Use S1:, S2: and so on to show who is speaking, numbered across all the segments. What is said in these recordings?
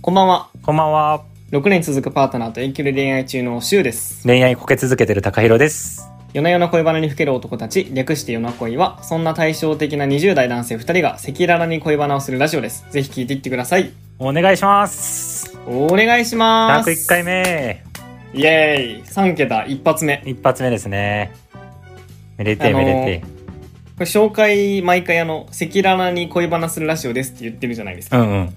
S1: こんばんは。
S2: こんばんは。
S1: 6年続くパートナーと遠距離恋愛中のシュウです。
S2: 恋愛こけ続けてる高弘です。
S1: 夜な夜な恋バナにふける男たち、略して夜な恋は、そんな対照的な20代男性2人が赤裸々に恋バナをするラジオです。ぜひ聞いていってください。
S2: お願いします。
S1: お願いしま
S2: ラン
S1: す。
S2: ク1回。目。
S1: イエーイ。3桁、一発目。
S2: 一発目ですね。めで
S1: あ
S2: てえ
S1: のー
S2: めでて
S1: これ紹介、毎回あの、赤裸々に恋バナするラジオですって言ってるじゃないです
S2: え。う
S1: か。
S2: んうん。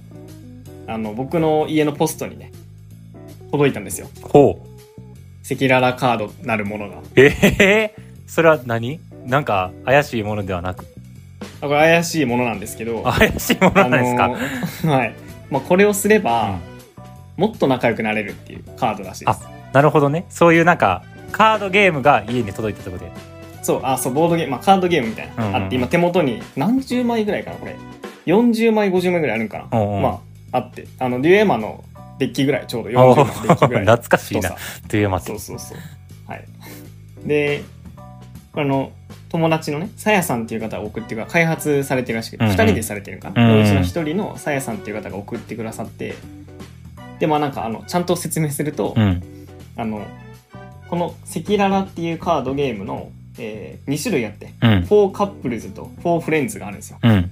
S1: あの、僕の家のポストにね、届いたんですよ。
S2: ほう。
S1: 赤裸々カードなるものが。
S2: ええそれは何なんか怪しいもので はなく。
S1: あこれ怪しいものなんですけど。
S2: 怪しいものなんですか、
S1: あのーはい。まあ、これをすれば、
S2: う
S1: もっと仲良くなれるっていうカードらしいです。
S2: んなるほどね。そういうなんか、カードゲームが家に届いたところで。
S1: そう、あ、そう、ボードゲーム、まあ、カードゲームみたいな、
S2: うんうん
S1: あって、今手元に何十枚ぐらいかな、これ。40枚、50枚ぐらいあるんかな。
S2: うんうん
S1: まあ、あって、あの、デュエマのデッキぐらい、ちょうど40
S2: お
S1: 枚
S2: ー
S1: のデッキぐらい。
S2: 懐かしいな
S1: 太。
S2: という
S1: さ
S2: 待
S1: そ
S2: っ
S1: う
S2: て。
S1: そうそう。はい。で、これあの、友達のね、さやさんっていう方が送ってく開発されてるらしくて、
S2: うん
S1: 二
S2: うん
S1: 人でされてるのかな。
S2: うんうん
S1: うちの一人のさやさんっていう方が送ってくださって、で、まあなんか、あの、ちゃんと説明すると、
S2: うん。
S1: あのこの「赤裸々」っていうカードゲームの、え2種類あって
S2: うん。
S1: 4カップルズと4フレンズがあるんですよ
S2: うん。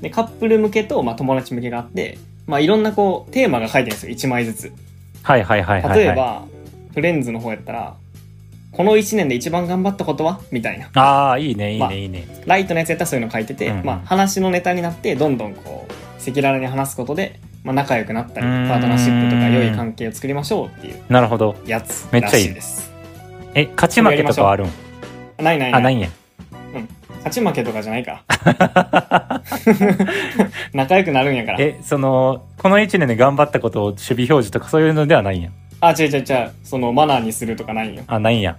S1: でカップル向けと、まあ、友達向けがあって、まあ、いろんなこうテーマが書いてるんですよ1枚ずつ
S2: はいはいはいはい、はい。
S1: 例えば、。フレンズの方やったら「この1年で一番頑張ったことは?」みたいな
S2: ああ、いいね、いい
S1: まあ
S2: ね、いいね。
S1: ライトのやつやったらそういうの書いてて、
S2: うん
S1: まあ、話のネタになってどんどんこう赤裸々に話すことで、まあ、仲良くなったり
S2: う
S1: パ
S2: ーん
S1: ートナーシップとか良い関係を作りましょうっていう
S2: なるほど。
S1: やつ
S2: めっ
S1: ら
S2: ちゃいい
S1: しいです
S2: え、勝ち負けとかはあるん
S1: ないないない
S2: あ、ないんや。
S1: 勝ち負けとかじゃない か仲良くなるんやから
S2: えそのこの1年で頑張ったことを守備表示とかそういうのではないんや
S1: あ違う違う違うそのマナーにするとかないんよ
S2: あないんや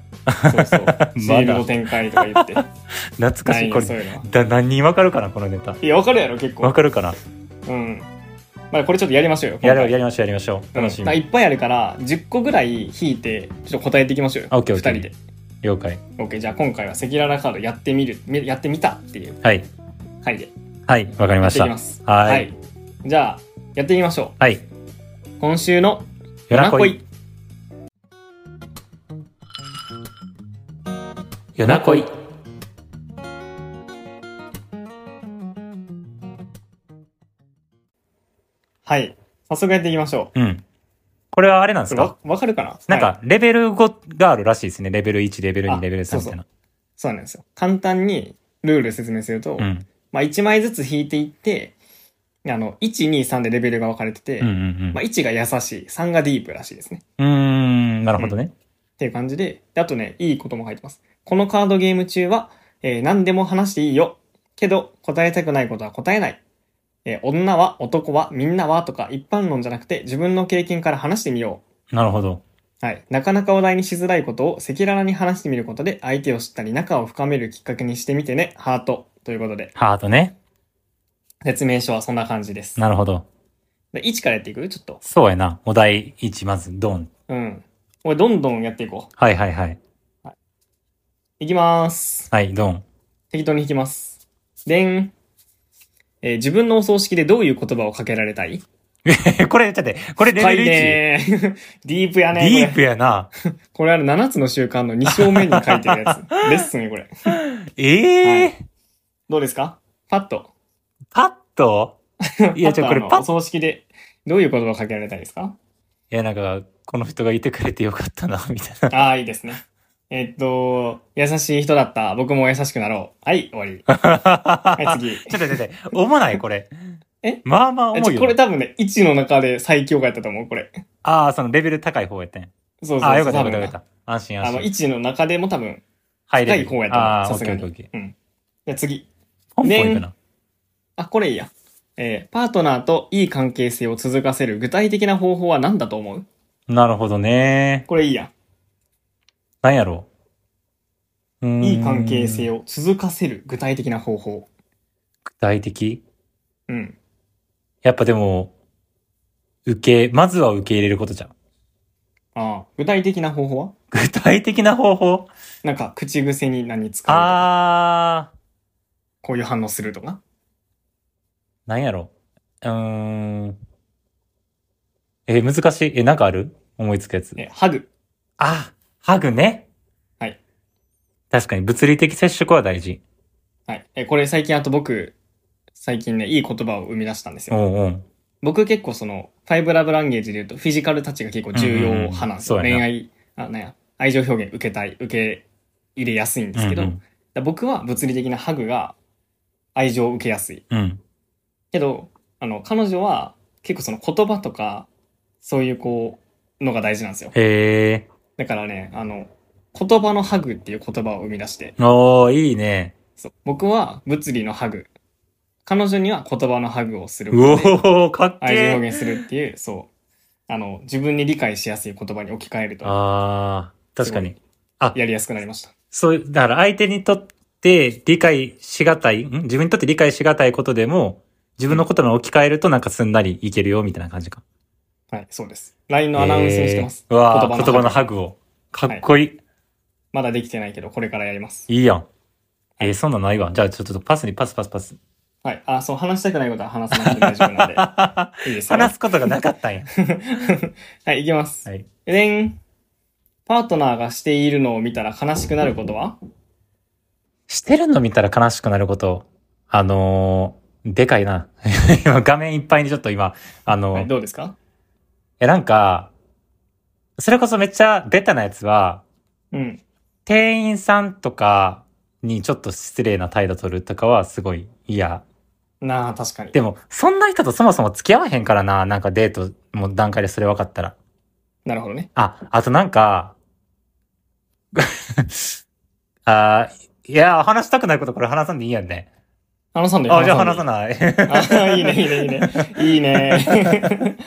S1: そう そうシールド展開とか言って
S2: 懐か
S1: な
S2: し
S1: い
S2: い
S1: ん
S2: こ
S1: よ
S2: れ
S1: そういうのは
S2: だ何人わかるかなこのネタ
S1: いや分かるやろ結
S2: わ
S1: 構
S2: かるかな
S1: うんまあこれちょっとやりましょうよ
S2: やろう
S1: り
S2: やりましょうやりましょう楽しみ、
S1: いっぱいあるから10個ぐらい引いてちょっと答えていきましょうよ
S2: あオッケー
S1: 2
S2: オッケー
S1: 人で
S2: 了解
S1: OK じゃあ今回は赤裸々カードやってみるみやってみたっていう
S2: はい
S1: 回で
S2: はいわかり
S1: や
S2: ま
S1: っ
S2: して
S1: い
S2: た
S1: きます
S2: はい
S1: じゃあやっていきましょ
S2: はいう
S1: 今週の
S2: 夜な恋夜な恋
S1: はい。早速やっていきましょ
S2: うんこれはあれなんで
S1: う。
S2: す
S1: わ
S2: か、
S1: わかるかな
S2: なん
S1: はい
S2: かレベル5があるらしいですねレベル1レベル
S1: あ
S2: 2レベル3みたいな
S1: そうなんですよ。簡単にルール説明すると、
S2: うん
S1: まあ1枚ずつ引いていって、あの、1、2、3でレベルが分かれてて、
S2: うんうん
S1: まあ1が優しい、3がディープらしいですね。
S2: うんうーんなるほどね、
S1: っていう感じで、であとね、いいことも書いてます。このカードゲーム中は、えー何でも話していいよ。けど、答えたくないことは答えない。えー女は、男は、みんなはとか一般論じゃなくて自分の経験から話してみよう。
S2: なるほど
S1: はい。なかなかお題にしづらいことを赤裸々に話してみることで、相手を知ったり仲を深めるきっかけにしてみてね、ハート。ということで、
S2: ハートね
S1: 説明書はそんな感じです。
S2: なるほど
S1: で1からやっていくちょっと。
S2: そうやなお題1まずドン
S1: うん。これどんどんやっていこう。
S2: はいはいはい
S1: いきまーす。
S2: はいドン
S1: 適当に引きます。でん。えー自分のお葬式でどういう言葉をかけられたい
S2: え これ、ちょっと待って、これレ
S1: 深
S2: ベ
S1: い
S2: ル1。
S1: ねー ディープやね
S2: デ
S1: こ
S2: ィ
S1: れ
S2: ープやな。
S1: これある7つの習慣の2章目に書いてる やつ。レッスンよ、これ。
S2: ええ
S1: はどうですかパッと。
S2: パッ といや、ちょ、これ
S1: あの
S2: パッ
S1: お
S2: と。
S1: 葬式でどういう言葉をかけられたいですか
S2: いや、なんか、この人がいてくれてよかったな、みたいな。
S1: ああ、いいですね。えっと、優しい人だった。僕も優しくなろう。はい、終わ り。はい、次。
S2: ちょっと待って、重ない、これ。
S1: え
S2: まあまあ
S1: え
S2: 重
S1: ち
S2: い
S1: ょ
S2: よ。
S1: これ多分ね、1の中で最強がやったと思う、これ。
S2: ああ、そのレベル高い方やったんや。
S1: そうそうそう。
S2: ああ、よかった、
S1: 多
S2: よか
S1: 分
S2: った、
S1: な
S2: よかった。安心、
S1: あ
S2: 安
S1: の、1
S2: 心。
S1: の中でも多分、
S2: 入
S1: 高い方やと思
S2: あ
S1: う。
S2: あー、
S1: さ
S2: オッ
S1: す
S2: ケー
S1: が
S2: オ
S1: に。
S2: ッケーオッケー。
S1: うん。じゃあ次。
S2: ポンポンいくな。
S1: あ、これいいや。えーパートナーといい関係性を続かせる具体的な方法は何だと思う
S2: なるほどね。
S1: これいいや。
S2: なんやろう。うーん
S1: いい関係性を続かせる具体的な方法。
S2: 具体的
S1: うん。
S2: やっぱでも、受け、まずは受け入れることじゃん。
S1: ああ、具体的な方法は
S2: 具体的な方法
S1: なんか、口癖に何使うとか、
S2: あー、
S1: こういう反応するとか。
S2: なんやろ。うーん。え、難しい。え、なんかある思いつくやつ。
S1: えハグ。
S2: あ、ハグね。
S1: はい。
S2: 確かに物理的接触は大事。
S1: はい。えこれ最近あと僕、最近ね、いい言葉を生み出したんです
S2: う
S1: よ。
S2: んうん。
S1: 僕結構その、ファイブラブランゲージで言うと、フィジカルタッチが結構重要派なんですよ。
S2: うんうんうんそうやな
S1: 恋愛、あ、なんや、愛情表現受けたい、受け入れやすいんですけど、
S2: うん
S1: だから僕は物理的なハグが愛情を受けやすい。
S2: うん、うん。
S1: けど、あの、彼女は結構その言葉とか、そういうこう、のが大事なんですよ。
S2: へ
S1: だからね、あの、言葉のハグっていう言葉を生み出して、
S2: ー。おー、いいね。
S1: そう僕は物理のハグ。彼女には言葉のハグをする
S2: うお
S1: ことで
S2: ー、かっけ
S1: 愛情表
S2: ー。
S1: 現するっていう、そう。あの、自分に理解しやすい言葉に置き換えると、
S2: あー、確かに。
S1: やりやすくなりました。
S2: そう、だから相手にとって理解しがたい、ん自分にとって理解しがたいことでも、自分のことの置き換えるとなんかすんなりいけるよ、みたいな感じか。
S1: はい、そうです。LINE のアナウンスにしてます。
S2: えーうわー
S1: 言葉のハグ
S2: 言葉のハグを。かっこいい。
S1: まだできてないけど、これからやります。
S2: い、いやん。えー、そんなんないわ。じゃあちょっとパスにパスパスパス。
S1: はい。あ、そう、話したくないことは話さなくて大丈夫 なんで。いいですよ。
S2: 話すことがなかったん や。
S1: はい、いきます。
S2: はい。
S1: えでん。パートナーがしているのを見たら悲しくなることは
S2: してるの見たら悲しくなること。あのー、でかいな。 今画面いっぱいにちょっと今、あのー
S1: はい、どうですか
S2: え、なんか、それこそめっちゃベタなやつは、
S1: うん。
S2: 店員さんとかにちょっと失礼な態度取るとかはすごい嫌。
S1: なあ、確かに。
S2: でも、そんな人とそもそも付き合わへんからな。なんかデートも段階でそれ分かったら。
S1: なるほどね。
S2: あ、あとなんか、 あーいやー、話したくないことこれ話さんでいいやんね。
S1: 話さんで
S2: あ、じゃあ話
S1: な
S2: さ
S1: い
S2: ない。
S1: あいいね、いいね、いいね。いい ね。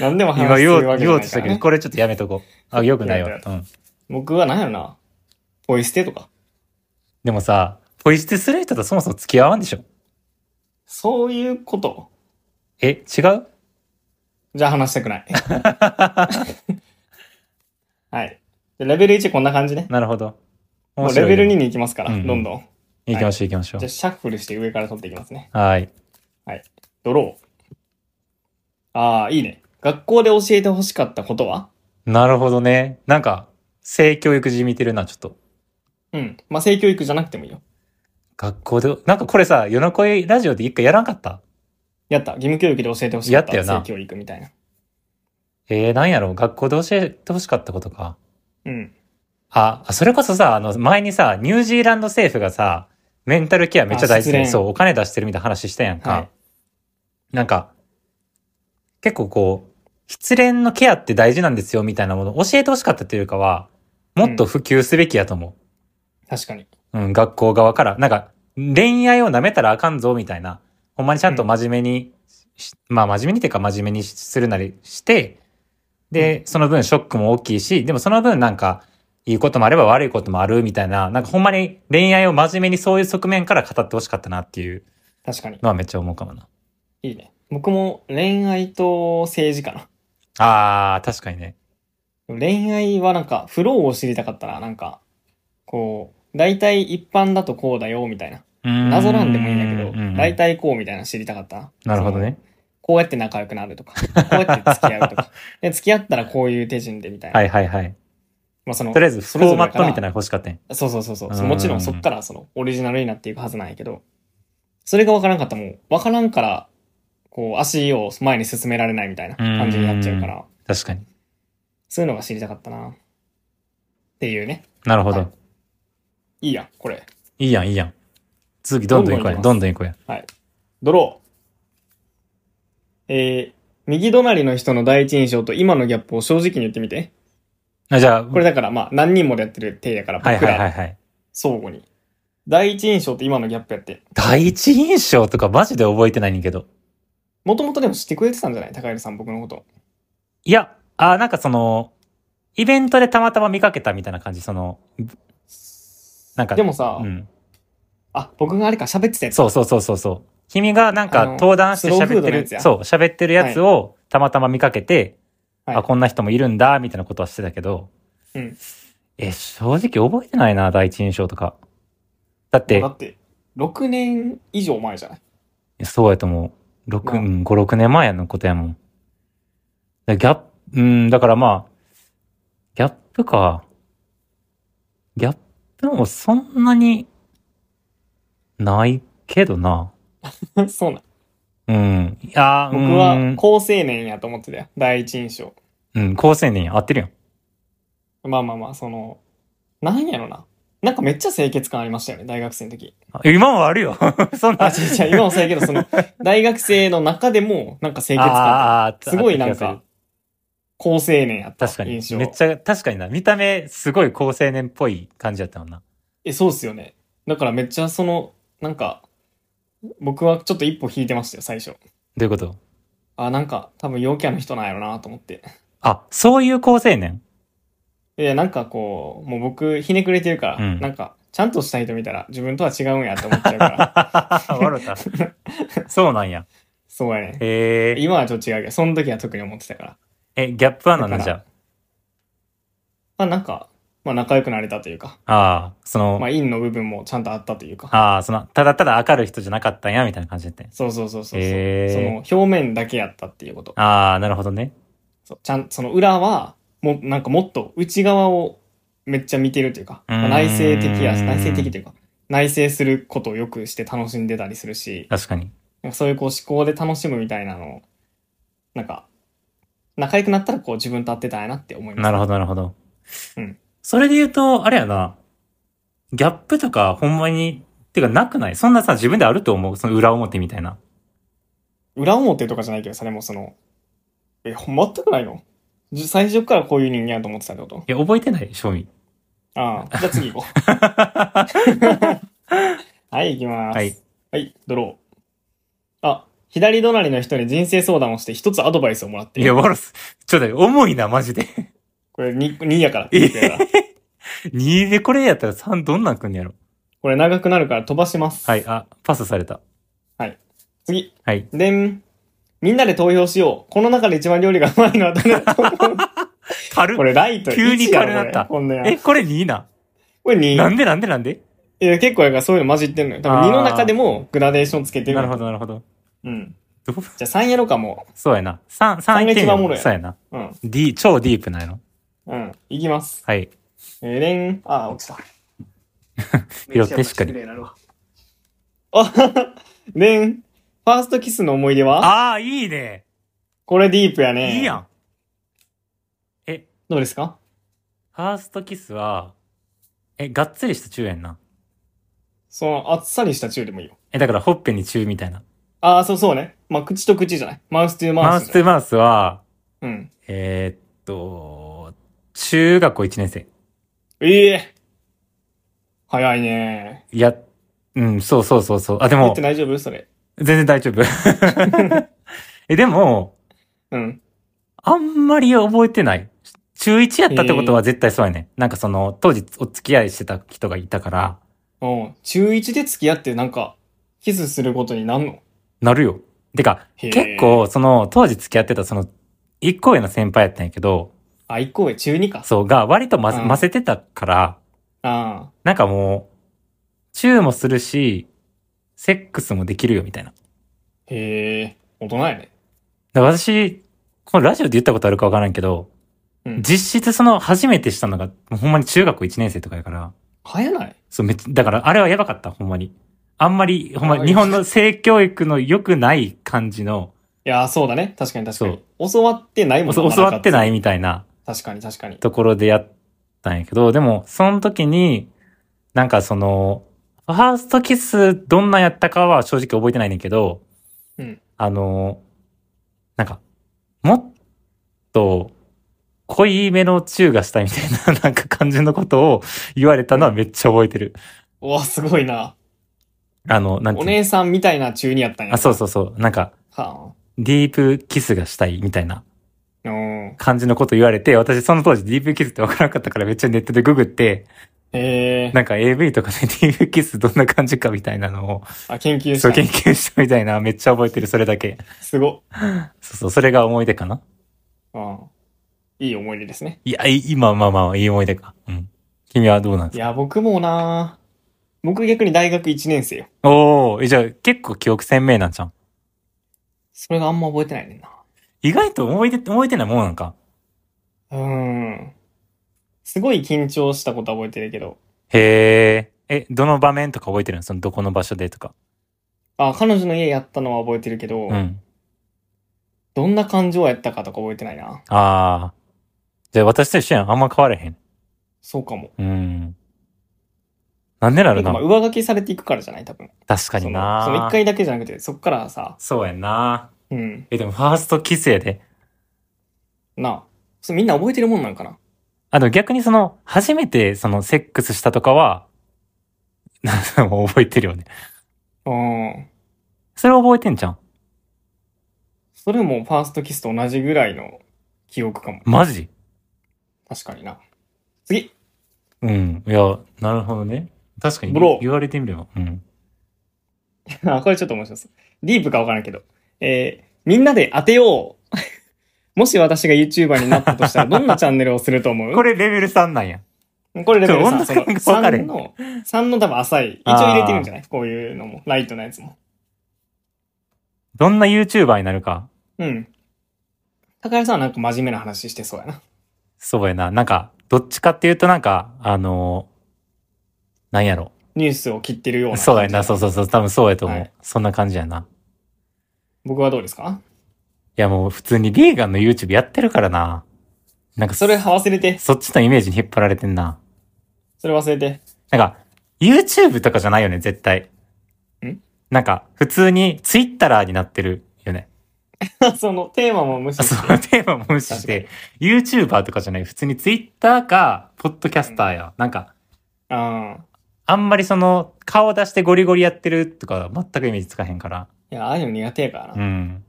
S1: 何でも話
S2: 今
S1: す
S2: 言お
S1: るわ
S2: う、
S1: けじゃ
S2: 言
S1: な
S2: おう
S1: い
S2: とし
S1: から、
S2: たけど、
S1: ね。
S2: これちょっとやめとこう。あ、よくないわ
S1: やっ。
S2: うん。
S1: 僕は何やろな。ポイ捨てとか。
S2: でもさ、ポイ捨てする人とそもそも付き合わんでしょ。
S1: そういうこと。
S2: え、違う
S1: じゃあ話した くない。はい。でレベル1こんな感じね。
S2: なるほど。
S1: もう
S2: 面白
S1: レ
S2: い
S1: ベル2に行きますから、
S2: うん
S1: どんどん。
S2: 行きましょう行きましょ
S1: じゃあシャッフルして上から取っていきますね。
S2: う。はい。
S1: ドロー。ああ、いいね。学校で教えて欲しかったことは
S2: なるほどね。なんか、性教育じみてるな、ちょっと。
S1: うん。まあ、性教育じゃなくてもいいよ。
S2: 学校で、なんかこれさ、夜の声ラジオで一回やらんかった
S1: やった。義務教育で教えて欲しかった
S2: やったよな
S1: 性教育みたいな。
S2: えー、なんやろう学校で教えてほしかったことか。
S1: うん。
S2: あ、あそれこそさ、あの、前にさ、ニュージーランド政府がさ、メンタルケアめっちゃ大事
S1: あ
S2: で、
S1: 失恋
S2: そう、お金出してるみたいな話したやんか。
S1: はい
S2: なんか、結構こう、失恋のケアって大事なんですよ、みたいなものを教えてほしかったというかは、もっと普及すべきやと思
S1: 確かに。
S2: う。うん、学校側から。なんか、恋愛を舐めたらあかんぞ、みたいな。ほんまにちゃんと真面目に、しまあ真面目にっていうか真面目にするなりして、で、その分ショックも大きいし、でもその分なんか、いいこともあれば悪いこともあるみたいな、なんかほんまに恋愛を真面目にそういう側面から語ってほしかったなっていう
S1: 確かに。
S2: のはめっちゃ思うかもな。
S1: いいね。僕も恋愛と政治かな。
S2: あー、確かにね。
S1: 恋愛はなんか、フローを知りたかったら、なんか、こう、大体一般だとこうだよ、みたいな。
S2: な
S1: 謎なんでもいいんやけど、大
S2: 体。
S1: 体こうみたいなの知りたかった
S2: なるほど。ね。
S1: そのこうやって仲良くなるとか、こうやって付き合 うとか。で、付き合ったらこういう手順でみたいな。
S2: はいはいはい。
S1: まあその、
S2: とりあえず、フ
S1: それ
S2: ォ
S1: ぞ
S2: ー
S1: れ
S2: マ
S1: か
S2: ッ
S1: ら
S2: トみたいなのが欲しかったんや
S1: そうそうそうそう
S2: うん
S1: もちろんそっからその、オリジナルになっていくはずなんやけど、それがわからんかったらもう、わからんから、こう、足を前に進められないみたいな感じになっちゃうか
S2: う
S1: ら、
S2: 確かに。
S1: そういうのが知りたかったな。っていうね。
S2: なるほ
S1: は
S2: ど。
S1: いいやん、これ。
S2: いいやん、いいやん。続きどんどん行こうや。ど
S1: ど
S2: ん
S1: ん
S2: どん行こうや。
S1: ドロー。えー、右隣の人の第一印象と今のギャップを正直に言ってみて。
S2: あじゃあ、
S1: これだからまあ何人もでやってる手やから
S2: はい
S1: 僕
S2: はいは
S1: ら
S2: いはい。
S1: 相互に。第一印象と今のギャップやって。
S2: 第一印象とかマジで覚えてないねんけど。
S1: もともとでも知ってくれてたんじゃない高弘さん僕のこと。
S2: いや、あなんかその、イベントでたまたま見かけたみたいな感じ、その、なんか、
S1: でもさ、
S2: うん。
S1: あ、僕があれか喋ってたやつ。
S2: そうそうそうそうそう。君がなん
S1: あ
S2: か
S1: の
S2: 登壇して
S1: スローフ
S2: 喋
S1: ー
S2: っ
S1: ド
S2: て
S1: のや
S2: る
S1: つ、や
S2: そう、喋ってるやつをたまたま見かけて、
S1: はい
S2: あ、こんな人もいるんだ、みたいなことはしてたけど、
S1: うん
S2: え、正直覚えてないな、第一印象とか。だって
S1: だ、って、6年以上前じゃない
S2: そうやと思う。6、
S1: なあ
S2: うん5、6年前のことやもん。ギャップ、うん、だからまあ、ギャップか。ギャップもそんなに、ないけどな。
S1: そうなん。
S2: うん。いやー
S1: 僕
S2: う
S1: は
S2: ん
S1: 好青年やと思ってたよ。第一印象。
S2: うん、高青年や合ってるやん。
S1: まあまあまあ、その、なんやろな。なんかめっちゃ清潔感ありましたよね、大学生の 時。
S2: あ今もあるよ。 そんな。
S1: あ、違う違う、今もそうやけど、そ の、大学生の中でも、なんか清潔感。
S2: あーあー
S1: すごいなん。
S2: あっ
S1: か、好青年やったた
S2: 気がする確か
S1: 印象。
S2: に。めっちゃ、確かにな。見た目、すごい高青年っぽい感じだったもんな。
S1: え、そうっすよね。だからめっちゃその、なんか、僕はちょっと一歩引いてましたよ、最初。
S2: どういうこと
S1: あ、なんか、多分陽キャの人なんやろなと思って。
S2: あ、そういう高青年
S1: いや、なんかこう、もう僕、ひねくれてるから、
S2: うん
S1: なんか、ちゃんとした人見たら自分とは違うんやと思っちゃうから。
S2: 笑った。そうなんや。
S1: そうやね。
S2: へえ。
S1: 今はちょっと違うけど、その時は特に思ってたから。
S2: え、ギャップは何なん
S1: だ
S2: じ
S1: か
S2: ゃ
S1: まあなんか、まあ仲良くなれたというか、
S2: あ。ああ、その、
S1: まあ陰の部分もちゃんとあったというか。
S2: ああ、その、ただただ明るい人じゃなかったんや、みたいな感じだったんや
S1: そうそうそうそうそう。
S2: へー
S1: その表面だけやったっていうこと。
S2: ああ、なるほどね。
S1: そうちゃんその裏はもうなんかもっと内側をめっちゃ見てるというか、
S2: うーん
S1: 内省的や内省的というか内省することをよくして楽しんでたりするし
S2: 確かに。
S1: なんかそういうこう思考で楽しむみたいなのをなんか仲良くなったらこう自分と合ってたんやなって思います
S2: なるほど、なるほど。
S1: うん
S2: それで言うと、あれやな、ギャップとか、ほんまに、てかなくないそんなさ、自分であると思うその裏表みたいな。
S1: 裏表とかじゃないけどそれもそのえほんま全くないのじ最初からこういう人間やと思ってたってこと
S2: いや、覚えてない正味。
S1: あ あじゃあ次行こうはい行きます
S2: はい。
S1: はい、ドロー。あ、左隣の人に人生相談をして一つアドバイスをもらっている
S2: いや、ワロス、ちょっと待って重いな、マジで。
S1: これ 2, 2やから。
S2: え
S1: 二やから
S2: 2でこれやったら3どんなんくんやろ。
S1: これ長くなるから飛ばします。
S2: はい、あ、パスされた。
S1: 次。
S2: はい。
S1: でん。みんなで投票しよう。この中で一番料理がうまいのは誰だと思 う
S2: 軽っ
S1: これライト
S2: 急に
S1: 一やろ
S2: 軽なった
S1: これこんなんや
S2: え、これ2な。
S1: これ2。
S2: なんでなんでなんで
S1: いや結構やからそういうの混じってんのよ。多分
S2: あー
S1: 2の中でもグラデーションつけてる。
S2: なるほど、なるほど。
S1: うん。
S2: どう
S1: じゃあ3やろうか、も
S2: そうやな。
S1: 三
S2: 3、三
S1: が
S2: いって
S1: 一
S2: み
S1: 番
S2: よ
S1: おもろい
S2: う。
S1: やん
S2: そうやな。
S1: う。うん。
S2: D、超ディープなんやろ。
S1: うん。いきます。
S2: はい。
S1: えー、れん。あー、落ちた。
S2: 拾ってしっかり
S1: めっちゃやぱ失礼なるわ。あ、 れん。ファーストキスの思い出は
S2: ああ、いいね。
S1: これディープやね。
S2: いいやん。え、
S1: どうですか
S2: ファーストキスは、え、がっつりした中やんな。
S1: その、あっさりしたチューでもいいよ。
S2: え、だからほっぺに中みたいな。
S1: ああ、そうそうね。まあ、口と口じゃない。マウスというマ
S2: マ
S1: ウ
S2: ウ
S1: スじゃ
S2: ス
S1: ない。
S2: とマウスは、
S1: うん。
S2: えー、っと、中学校1年生。
S1: ええ早いね
S2: いや、うん、そうそうそうそう。あ、で
S1: 言っ
S2: も
S1: て、大丈夫それ。
S2: 全然大丈夫。 え、でも、
S1: うん。
S2: あんまり覚えてない。中1やったってことは絶対そうやね。なんかその、当時お付き合いしてた人がいたから、
S1: おう中1で付き合ってなんか、キスすることになんの
S2: なるよ。てか、
S1: へー
S2: 結構、その、当時付き合ってたその、一個上の先輩やったんやけど、
S1: あ、一個上、中2か。
S2: そう、が割とませ、
S1: うん
S2: ませてたから、
S1: あ
S2: なんかもう、チューもするし、セックスもできるよ、みたいな。
S1: あ。へえ、大人やね。
S2: だから私、このラジオで言ったことあるかわからんけど、
S1: うん
S2: 実質その、初めてしたのが、もうほんまに中学校1年生とかやから、
S1: 早ない。
S2: そう、めっちゃ、だからあれはやばかった、ほんまに。あんまり、ほん
S1: あ
S2: ま、
S1: ー
S2: 日本の性教育の良くない感じの、
S1: いやー、そうだね。確かに確かに。教わってないもん。
S2: 教わってないいみたいな。
S1: 確かに確かに。
S2: ところでやったんやけど、でも、その時に、なんかその、ファーストキスどんなんやったかは正直覚えてないねんけど、
S1: うん
S2: あの、なんか、もっと、濃いめのチューがしたいみたいな、なん か感じのことを言われたのはめっちゃ覚えてる。
S1: うわ、すごいな。
S2: あの、なんて
S1: お
S2: いうの
S1: 姉さんみたいな中2やったんや。
S2: あ、そうそうそう。なんか、
S1: は
S2: ディープキスがしたいみたいな
S1: あ。うん。
S2: 感じのこと言われて、私その当時ディープキスってわからなかったからめっちゃネットでググって、
S1: えー、
S2: なんか AV とかで DV キスどんな感じかみたいなのを、
S1: あ、研究し
S2: そう
S1: た
S2: 研
S1: ん。
S2: 究したみたいな、めっちゃ覚えてる、それだけ。
S1: すご。
S2: そうそう、それが思い出かな。
S1: うん。いい思い出ですね。
S2: いや、い今、まあまあ、いい思い出か。うん。君はどうなん
S1: い
S2: ですか
S1: や、僕もな僕逆に大学1年生よ。
S2: おー、えじゃあ結構記憶鮮明なんじゃん。
S1: それがあんま覚えてないねんな。
S2: 意外と思い出、思えてないもんなんか。
S1: うん。すごい緊張したことは覚えてるけど。
S2: へえ。え、どの場面とか覚えてるのそのどこの場所でとか。
S1: あ、彼女の家やったのは覚えてるけど、
S2: うん。
S1: どんな感情やったかとか覚えてないな。
S2: ああ。じゃあ私と一緒やん。あんま変わらへん。
S1: そうかも。
S2: うん。なんでなる
S1: なんか
S2: な
S1: まあ上書きされていくからじゃない多分。
S2: 確か
S1: そ
S2: に
S1: の
S2: な
S1: その一回だけじゃなくて、そっからさ、
S2: そうやんな
S1: うん。
S2: え、でもファーストキスやで。
S1: なあ。それみんな覚えてるもんなんかな。
S2: あ、でも逆にその、初めてそのセックスしたとかは、 なんでも覚えてるよね。
S1: うん。
S2: それ覚えてんじゃん。
S1: それもファーストキスと同じぐらいの記憶かも。
S2: マジ
S1: 確かにな。次
S2: うん。いや、なるほどね。確かに
S1: ブロー
S2: 言われてみれば。うん。
S1: あ、これちょっと面白そう。ディープかわからんけど。えー、みんなで当てよう もし私が YouTuber になったとしたら、どんなチャンネルをすると思う
S2: これレベル3なんや。
S1: これレベル
S2: ちょ温
S1: 3。
S2: 度
S1: そ
S2: 感
S1: の
S2: が分かれへ
S1: 3
S2: ん
S1: の、3の多分浅い。一応入れてるんじゃないこういうのも。ライトなやつも。
S2: どんな YouTuber になるか。
S1: うん。高橋さんはなんか真面目な話してそうやな。
S2: そうやな。なんか、どっちかっていうとなんか、あのなんやろ。
S1: ニュースを切ってるような。。
S2: そうやな。そううそうそう。多分そうやと思う。
S1: はい
S2: そんな感じやな。
S1: 僕はどうですか
S2: いやもう普通にリーガンの YouTube やってるからな。なんか
S1: それ忘れて。
S2: そっちのイメージに引っ張られてんな。
S1: それ忘れて。
S2: なんか、YouTube とかじゃないよね、絶対。
S1: ん
S2: なんか、普通に Twitter になってるよね。
S1: そのテーマも無視
S2: あそ
S1: して。
S2: のテーマも無視して、YouTuber とかじゃない、普通に Twitter か、ポッドキャスターや。なんか、
S1: ああ。
S2: あんまりその、顔出してゴリゴリやってるとか、全くイメージつかへんから。
S1: いや、ああいうの苦手やからな。
S2: うん。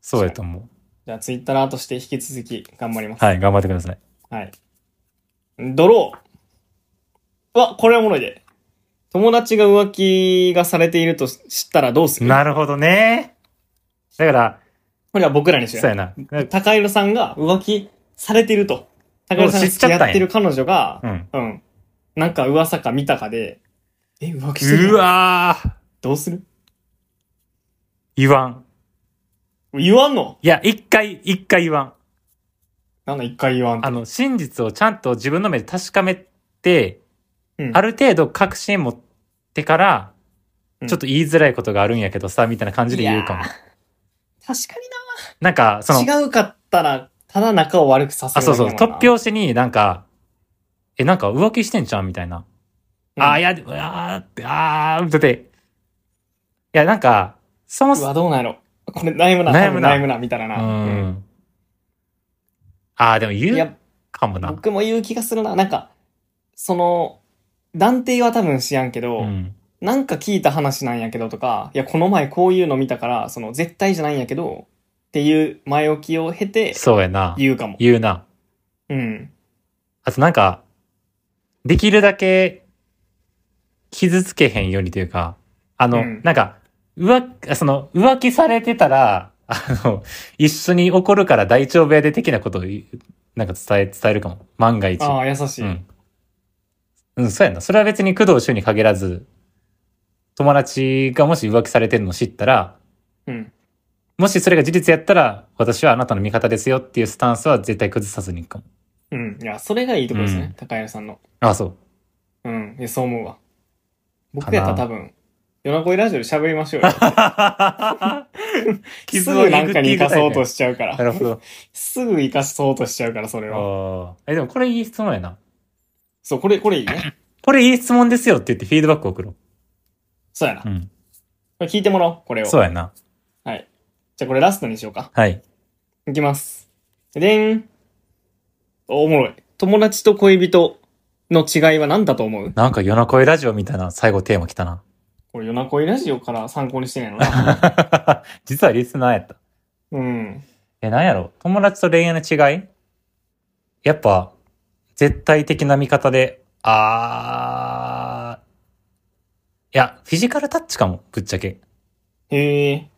S2: そうやと思う。
S1: じゃあ、ツイッターとして引き続き頑張ります。
S2: はい、頑張ってください。
S1: はい。ドロー。うわ、これおもろいで。友達が浮気がされていると知ったらどうする
S2: なるほどね。だから、
S1: これは僕らにしよ
S2: そう
S1: う
S2: や。な。
S1: 高弘さんが浮気されてると。高弘さんが
S2: もう知っちゃ
S1: 付き
S2: ったんや
S1: 合ってる彼女が
S2: う、ん。
S1: うん。なんか噂か見たかで、え、浮気してる
S2: う
S1: の
S2: わー
S1: どうする
S2: 言わん。
S1: 言わんの
S2: いや、一回、一回言わん。
S1: なんだ一回言わんって
S2: あの、真実をちゃんと自分の目で確かめて、
S1: うん
S2: ある程度確信持ってから、
S1: うん
S2: ちょっと言いづらいことがあるんやけどさ、みたいな感じで言うかも
S1: い。や確か
S2: なんか、そ
S1: に
S2: の、
S1: な。違うかったら、ただ仲を悪くさせ
S2: あ、
S1: る
S2: そう
S1: だけ
S2: そう、
S1: だもん
S2: 突
S1: な。
S2: 拍子になんか、え、なんか浮気してんじゃんみたいな。
S1: うん
S2: あー、いや、うわーって、あー、だって、いや、なんか、そも
S1: う
S2: そも、
S1: わ、どうなんやろ。これ悩むな、
S2: 悩むな
S1: 多分悩むな、みたいな
S2: う
S1: な。うん
S2: ん。あー、でも
S1: い
S2: 言う
S1: や、
S2: かもな。
S1: 僕も言う気がするな。なんか、その、断定は多分しやんけど、
S2: うん。
S1: なんか聞いた話なんやけどとか、いや、この前こういうの見たから、その、絶対じゃないんやけど、っていう前置きを経て、
S2: そうやな。
S1: 言うかも。
S2: 言うな。
S1: うん。
S2: あとなんか、できるだけ傷つけへんようにというか、あ
S1: う
S2: の、
S1: ん
S2: なんか、浮、その、浮気されてたら、あの、一緒に怒るから大丈夫やで的なことを言う、なんか伝え、伝えるかも。万が一。
S1: ああ、優しい。
S2: うん。うん、そうやな。それは別に工藤周に限らず、友達がもし浮気されてるのを知ったら、
S1: うん。
S2: もしそれが事実やったら、私はあなたの味方ですよっていうスタンスは絶対崩さずにいくかも。
S1: うん。いや、それがいいとこですね。
S2: うん
S1: 高谷さんの。
S2: ああ、そう。
S1: うん。いや、そう思うわ。
S2: か
S1: 僕
S2: な
S1: やったら多分、夜な恋ラジオで喋りましょ うよ。す
S2: 傷を
S1: ぐ
S2: えぐ
S1: な
S2: っ
S1: ん
S2: て
S1: かに
S2: い
S1: 生
S2: くタイ
S1: かそ
S2: プ
S1: うとしちゃうか
S2: な
S1: ら。
S2: るほど。
S1: すぐ生かそうとしちゃうから、それは。
S2: あーえ、でもこれいい質問やな。
S1: そう、これ、これいいね。
S2: これいい質問ですよって言ってフィードバック送ろ
S1: そうやな。
S2: う。
S1: こ
S2: ん。
S1: れ聞いてもらおう、これを。
S2: そうやな。
S1: はい。じゃあこれラストにしようか。
S2: はい。
S1: いきます。でん。おおもろい。友達と恋人の違いは何だと思う
S2: なんか夜な声ラジオみたいな最後テーマ来たな。
S1: これ、夜な恋ラジオから参考にしてないのな。
S2: 実はリスナーやった。
S1: うん。
S2: え、なんやろ友達と恋愛の違いやっぱ、絶対的な見方で、あー。いや、フィジカルタッチかも、ぶっちゃけ。
S1: へえ。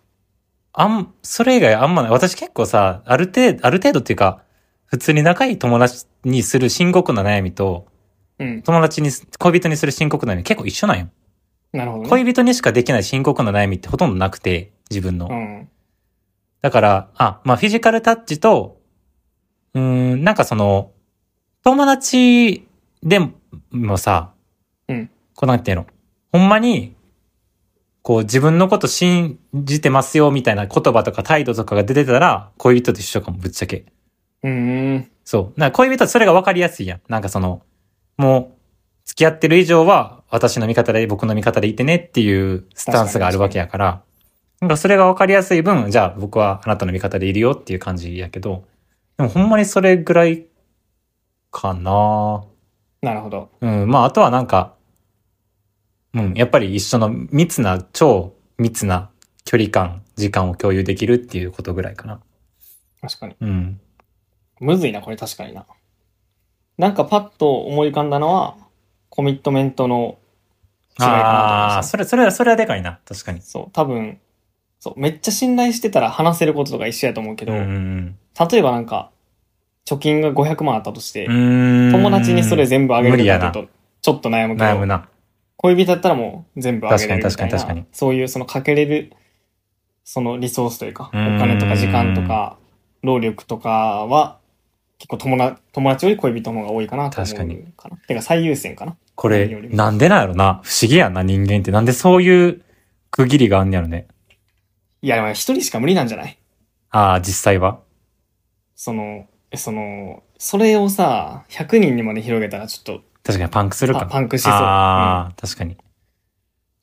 S2: あん、それ以外あんまない。私結構さ、ある程度、ある程度っていうか、普通に仲いい友達にする深刻な悩みと、
S1: うん。
S2: 友達にす、恋人にする深刻な悩み結構一緒なんよ。
S1: なるほどね。
S2: 恋人にしかできない深刻な悩みってほとんどなくて、自分の。
S1: うん。
S2: だから、あ、まあフィジカルタッチと、うーん、なんかその、友達でもさ、
S1: うん
S2: こうなんていうの、ほんまに、こう自分のこと信じてますよみたいな言葉とか態度とかが出てたら、恋人と一緒かも、ぶっちゃけ。
S1: うーん。
S2: そう。なんか恋人はそれが分かりやすいやん。なんかその、もう、付き合ってる以上は、私の味方で僕の味方でいてねっていうスタンスがあるわけやから、なんかそれが分かりやすい分、じゃあ僕はあなたの味方でいるよっていう感じやけど、でもほんまにそれぐらいかな
S1: なるほど。
S2: うん。まああとはなんか、うん、やっぱり一緒の密な、超密な距離感、時間を共有できるっていうことぐらいかな。
S1: 確かに。
S2: うん。
S1: むずいな、これ確かにな。なんかパッと思い浮かんだのは、コミットメントの違いかなと思い
S2: あ
S1: ま
S2: あ、
S1: し
S2: それ、それは、それはでかいな。確かに
S1: た。。そう、多分、そう、めっちゃ信頼してたら話せることとか一緒やと思うけど、
S2: ん
S1: 例えばなんか、貯金が500万あったとして、友
S2: 友
S1: 達にそれ全部あげ
S2: 無
S1: る
S2: 理や
S1: か
S2: な
S1: というと、ちょっと悩むけ
S2: 悩む
S1: ど、
S2: な。
S1: 恋人だったらもう全部あげれるみ
S2: 確
S1: た
S2: か
S1: い
S2: に確かに確
S1: な、そういうそのかけれる、そのリソースというか、お金とか時間とか、労力とかは、結構友な友達より恋人の方が多いかなと思う
S2: 確かに
S1: かな。てか最優先かな。
S2: こ
S1: よ
S2: れ、
S1: りも
S2: なんでなんやろな。不思議やんな、人間って。なんでそういう区切りがあんねやろね。
S1: いや、でも一人しか無理なんじゃない
S2: ああ、実際は。
S1: その、えその、それをさ、100人にまで広げたらちょっと
S2: 確かにパンクするか。
S1: パパンクしそう
S2: ああ、確かに。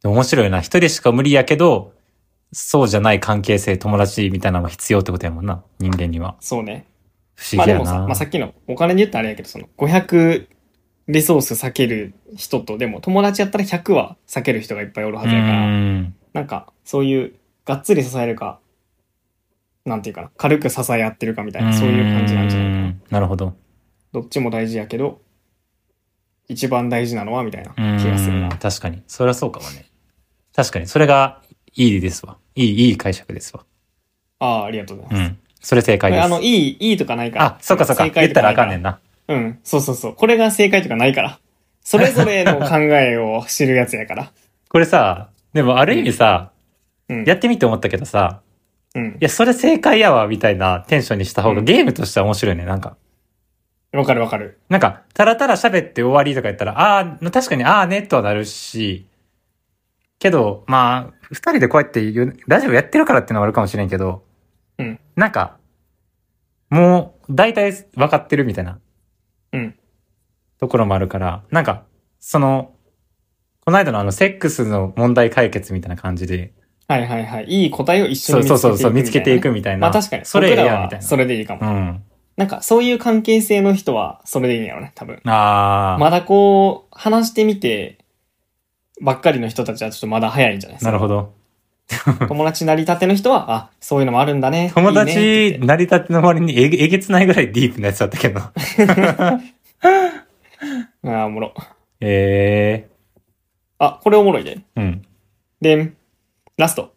S2: でも面白いな。一人しか無理やけど、そうじゃない関係性、友達みたいなのが必要ってことやもんな。人間には。
S1: そうね。
S2: 不思
S1: まあで
S2: 議や
S1: もさ、
S2: な。
S1: まあさっきのお金で言ったらあれやけど、その500リソース避ける人と、でも友達やったら100は避ける人がいっぱいおるはずやか
S2: う
S1: ら、
S2: ーん
S1: なんかそういうがっつり支えるか、なんていうかな、軽く支え合ってるかみたいな、そういう感じなんじゃないか
S2: うー
S1: な。
S2: んなるほど。
S1: どっちも大事やけど、一番大事なのはみたいな
S2: うーん
S1: 気がするな。
S2: 確かに。それはそうかもね。確かに。それがいいですわ。いい、いい解釈ですわ。
S1: ああ、ありがとうございうます。
S2: ん。それ正
S1: こ
S2: 解
S1: れ
S2: です。
S1: あの、いい、いいとかないから。
S2: あ、そっかそっか。
S1: 正
S2: 言
S1: 解
S2: っ
S1: と
S2: たら
S1: な
S2: あ
S1: いか
S2: からんねんな。
S1: うん、そうそうそう。これが正解とかない から。それぞれの考えを知るやつやから。
S2: これさ、でもある意味さ、
S1: うん。
S2: やってみて思ったけどさ、
S1: うん
S2: い。や、それ正解やわ、みたいなテンションにした方
S1: う
S2: が
S1: ん
S2: ゲームとしては面白いね、なんか。
S1: わかるわかる。
S2: なんか、たらたら喋って終わりとか言ったら、ああ、確かにああね、とはなるし、けど、まあ、二人でこうやって言う、ラジオやってるからっていうのはあるかもしれんけど、
S1: うん。
S2: なんか、もう、大体分かってるみたいな
S1: うん。
S2: ところもあるから、なんか、その、この間のあの、セックスの問題解決みたいな感じで、
S1: はいはいはい。いい答えを一緒
S2: そう
S1: に
S2: そうそうそう、見つけていく
S1: み
S2: みた
S1: た
S2: い
S1: い
S2: な。
S1: なね。まあ確かに。
S2: それ
S1: 僕
S2: や
S1: ら
S2: みたい
S1: は
S2: な。
S1: それでいいか
S2: う
S1: も。
S2: ん。
S1: なんかそういう関係性の人はそれでいいんやろね、多分。
S2: ああ、
S1: まだこう、話してみて、ばっかりの人たちはちょっとまだ早いんじゃないですか。
S2: なるほど。
S1: 友達なりたての人は、あ、そういうのもあるんだね。
S2: 友
S1: いいねって
S2: 達、
S1: 言って
S2: 成り立ての割にえげえげつないぐらいディープなやつだったけ ど。
S1: あーおもろ。
S2: え
S1: あ、これおもろいで。
S2: えうん。
S1: でん、ラスト。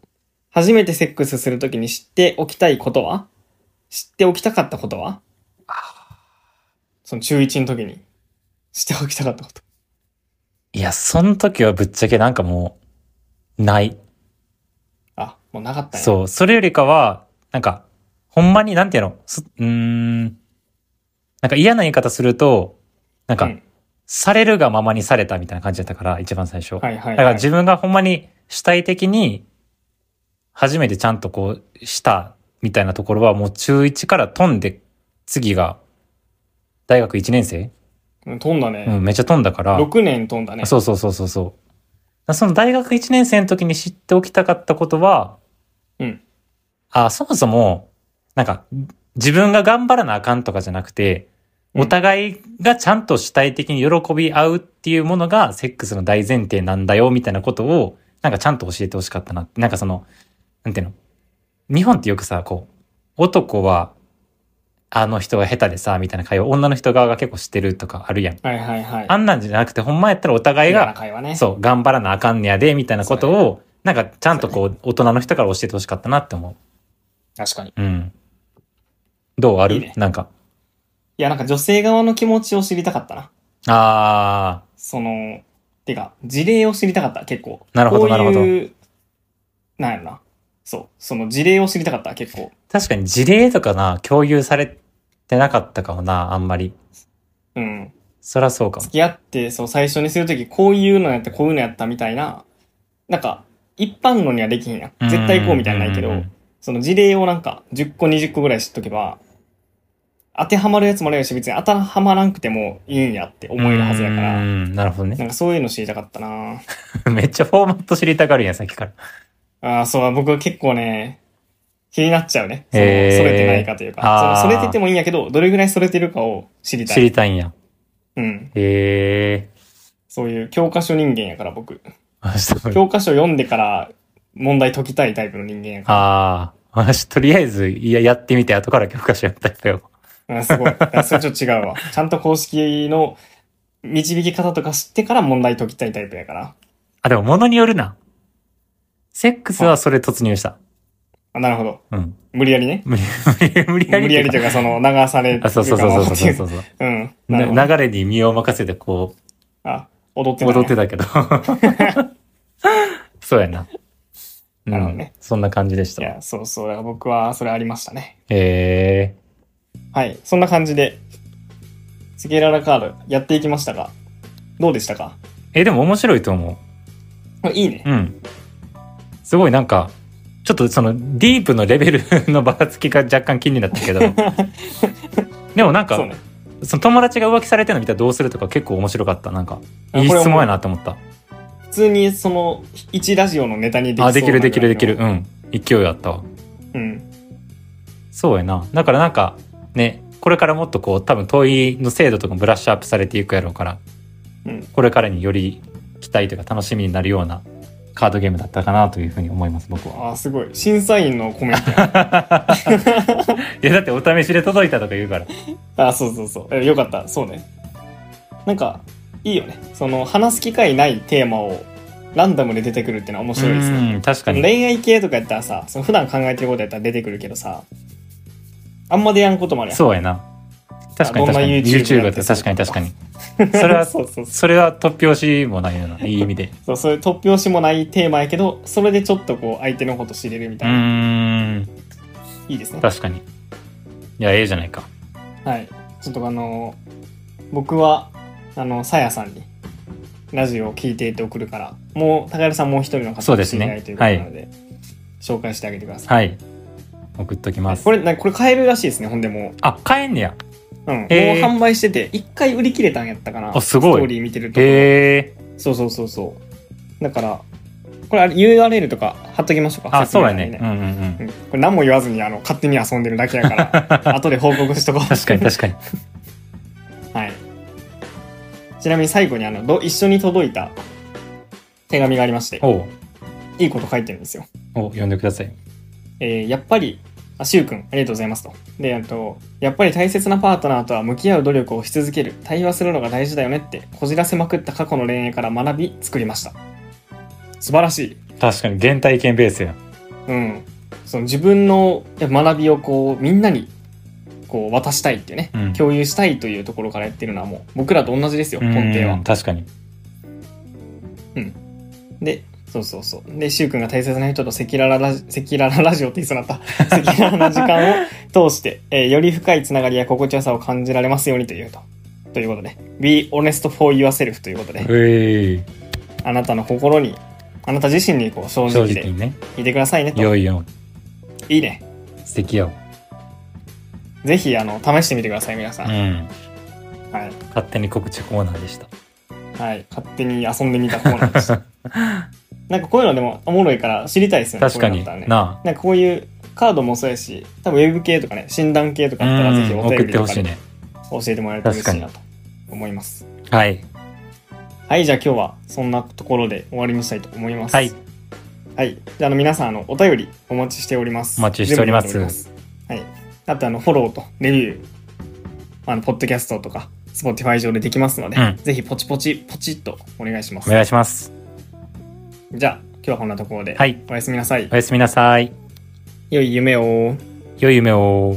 S1: 初めてセックスするときに知っておきたいことは知っておきたかったことはその中1の時に知っておきたかったこと。
S2: いや、その時はぶっちゃけなんかもう、ない。
S1: あ、もうなかったんや。う。
S2: そう。それよりかは、なんか、ほんまになんていうのすうーん。なんか嫌な言い方すると、なんか、
S1: うん
S2: されるがままにされたみたいな感じだったから、一番最初。
S1: はいはい、はい。
S2: だから自分がほんまに主体的に、初めてちゃんとこう、したみたいなところは、もう中1から飛んで、次が、大学1年生
S1: うん飛んだ
S2: う
S1: ね、
S2: ん、めっちゃ飛んだから。
S1: 六6年飛んだね。
S2: そうそうそうそうそう。だからその大学1年生の時に知っておきたかったことは、
S1: うん
S2: あ、そもそも、なんか、自分が頑張らなあかんとかじゃなくて、
S1: うん
S2: お互いがちゃんと主体的に喜び合うっていうものがセックスの大前提なんだよみたいなことを、なんかちゃんと教えてほしかったな。なんかその、なんていうの日本ってよくさ、こう、男は、あの人が下手でさ、みたいな会話、女の人側が結構知ってるとかあるやん。
S1: はいはいはい。
S2: あんなんじゃなくて、ほんまやったらお互い
S1: 嫌な
S2: が、
S1: 会話ね。
S2: そう、頑張らなあかんねやで、みたいなことを、なんかちゃんとこう、大人の人から教えてほしかったなって思。
S1: 確かに。いう
S2: うん。どうある
S1: いいね
S2: なんか。
S1: や、なんか女性側の気持ちを知りたかったな。
S2: あ
S1: その、てか、事例を知りたかった、結構。
S2: なるほど
S1: こういう
S2: な
S1: なんやろな。そう。その事例を知りたかった、結構。
S2: ー、確かに事例とかな、共有されてなかったかもな、あんまり。
S1: うん。
S2: そらそうかも
S1: 付。き合って、そう、最初にするとき、こういうのやった、こういうのやったみたいな、なんか、一般論にはできへんやん。絶対こうみたいなのないけ
S2: うんう
S1: ど
S2: ん、
S1: その事例をなんか、10個、20個ぐらい知っとけば、当てはまるやつもあるし、別に当てはまらんくてもいいんやって思えるはずやから、
S2: うーんなるほど
S1: な
S2: ね。
S1: んかそういうの知りたかったな
S2: めっちゃフォーマット知りたがるやん、さっきから。
S1: ああ、そう、僕は結構ね、気になっちゃうね。その、そ
S2: へー
S1: れてないかというか
S2: あー。
S1: その、それててもいいんやけど、どれぐらいそれてるかを知りたい。
S2: 知りたいんや。
S1: うん。
S2: へえ。
S1: そういう教科書人間やから、僕。
S2: あし
S1: 教科書読んでから問題解きたいタイプの人間やか
S2: ああ。私、とりあえず、いや、やってみて、後から教科書やった人よ。
S1: ら。うん、す ごい。あそれちょっと違うわ。ちゃんと公式の導き方とか知ってから問題解きたいタイプやから。
S2: あ、でも、物によるな。セックスはそれ突入した。
S1: あ、なるほど。
S2: うん。
S1: 無理やりね。
S2: 無理無理や
S1: 無
S2: り。
S1: 理やりと
S2: とい
S1: い
S2: うか
S1: うか、その、流さ れる
S2: あ、そうそうそうそうそう
S1: う。
S2: そうそう。
S1: うん。 なるほど。
S2: な流れに身を任せて、こ
S1: あ、踊って
S2: う、
S1: た、ね。
S2: 踊ってたけど。 そうやな。
S1: なるほどね
S2: うん。そんな感じでし
S1: い
S2: た。へ
S1: や、そうそう。だから僕はそれありましたね。
S2: え。
S1: はい、そんな感じで、スケララカードやっていきましたが、どうでしたか
S2: え、でも面白いと思う。
S1: あいいね。
S2: うん。すごいなんか、ちょっとそのディープのレベル のばらつきが若干気になった けど。でもなんか
S1: そ
S2: そ,、
S1: うね。
S2: の友達が浮気されてるの見たらどうするとか結構面白かった。なんか、
S1: あ
S2: いい
S1: これは
S2: 質
S1: もう
S2: 問やなと思った。
S1: 普通にその、1ラジオのネタにできそう
S2: あ、できるできるできる。
S1: な
S2: うん。勢いあったわ。
S1: ぐらいの。うん。
S2: そうやな。だからなんか、ね、これからもっとこう、多分問いの精度とかもブラッシュアップされていくやろうから、
S1: うん
S2: これからにより期待というか楽しみになるようなカードゲームだったかなというふうに思います、僕は。
S1: あー、すごい。審査員のコメン トや。
S2: いや、だってお試しで届いたとか言うから。
S1: あー、そうそうそう。えよかった。そうね。なんか、いいよね。その、話す機会ないテーマを、ランダムで出てくるっていうのは面白いですね。
S2: うん確かに。
S1: 恋愛系とかやったらさ、その普段考えてることやったら出てくるけどさ、あんま出やんこともあるやん。
S2: そうやな。確かに
S1: どんな
S2: 確かに。
S1: YouTube
S2: YouTube
S1: や
S2: だ
S1: っ
S2: ってて
S1: そう
S2: 確かに確かに。それ は、
S1: そうそうそう
S2: それは突拍子もないような、いい意味で。
S1: そうそういう突拍子もないテーマやけどそれでちょっとこう相手のこと知れるみ
S2: う
S1: たいな、
S2: ーん、
S1: いいですね
S2: 確かに。いや、ええじゃないか。
S1: はいちょっとあのー僕はあのさやさんにラジオを聞いていて送るからもう高田さんもう一人の方
S2: そう
S1: が
S2: で
S1: 知
S2: す
S1: り
S2: ね
S1: 合いということなので紹介してあげてください、
S2: はい。送っときます。
S1: これなこれ買えるらしいですねほんでも
S2: あ、買えんねや。
S1: う、うん、もう
S2: へー
S1: 販売してて一回売り切れたんやったかな
S2: あすごい
S1: ストーリー見てると
S2: へえ。
S1: そうそうそうそうだからこれあれ URL とか貼っときましょうか
S2: あ、
S1: 説
S2: そう
S1: 明
S2: や
S1: 欄に
S2: ね。うんうんうん。
S1: うんこれ何も言わずにあの勝手に遊んでるだけやから 後で報告しとこう
S2: 確かに確 かに。
S1: はい、ちなみに最後にあのど一緒に届いた手紙がありまして
S2: おう
S1: いいこと書いてるんですよ、
S2: おう、読んでください。
S1: えーやっぱりあしゅうくんありがとうございますとであとやっぱり大切なパートナーとは向き合う努力をし続ける対話するのが大事だよねってこじらせまくった過去の恋愛から学び作りました素晴らしい
S2: 確かに、原体験ベースや。
S1: うんその自分の学びをこうみんなにこう渡したいっていうね、
S2: うん
S1: 共有したいというところからやってるのはもう僕らと同じですよ根底は
S2: うん確かに。
S1: で、そうそうそう。で、しゅうくんが大切な人と赤裸々ラジ、赤裸々ラジオって言いそうにな った。赤裸々な時間を通して、えーより深いつながりや心地よさを感じられますようにというと。ということで、be honest for yourself ということで、
S2: ええ。
S1: あなたの心に、あなた自身にこう正直
S2: 正直
S1: で
S2: にね。
S1: いてくださいねと。
S2: 良いよ。
S1: いいね。
S2: 素敵よ。
S1: ぜひ、あの、試してみてください、皆さ。
S2: うんん。
S1: はい。
S2: 勝手に告知コーナーで した。
S1: はい。勝手に遊んでみたコーナーで した。なんかこういうのでもおもろいから知りたいですよね。
S2: 確かに
S1: こういうのあったらね
S2: な
S1: なんかこういうカードもそうやし、多分ウェブ系とかね、診断系とか
S2: あ
S1: あったらぜひ
S2: うん
S1: お
S2: 送
S1: 便
S2: っ
S1: り
S2: て
S1: と
S2: ほ
S1: か
S2: しい
S1: で
S2: ね
S1: 教えてもらえると嬉しいなと思います。
S2: はい
S1: はい、じゃあ今日はそんなところで終わりにしたいと思います。
S2: はい。
S1: はい。じゃああの皆さん、あの、お便りお待ちしております。
S2: お待ちしております
S1: 全部お待ちしておりますはい。あと、あの、フォローとレビュー、あの、ポッドキャストとか、Spotify 上でできますので、
S2: うん
S1: ぜひポチポチ、ポチっとお願いしま
S2: お
S1: す。
S2: 願いします
S1: じゃあ、今日はこんなところで、
S2: はい
S1: おやすみなさい
S2: お。やすみなさい
S1: 良い夢を。
S2: 良い夢を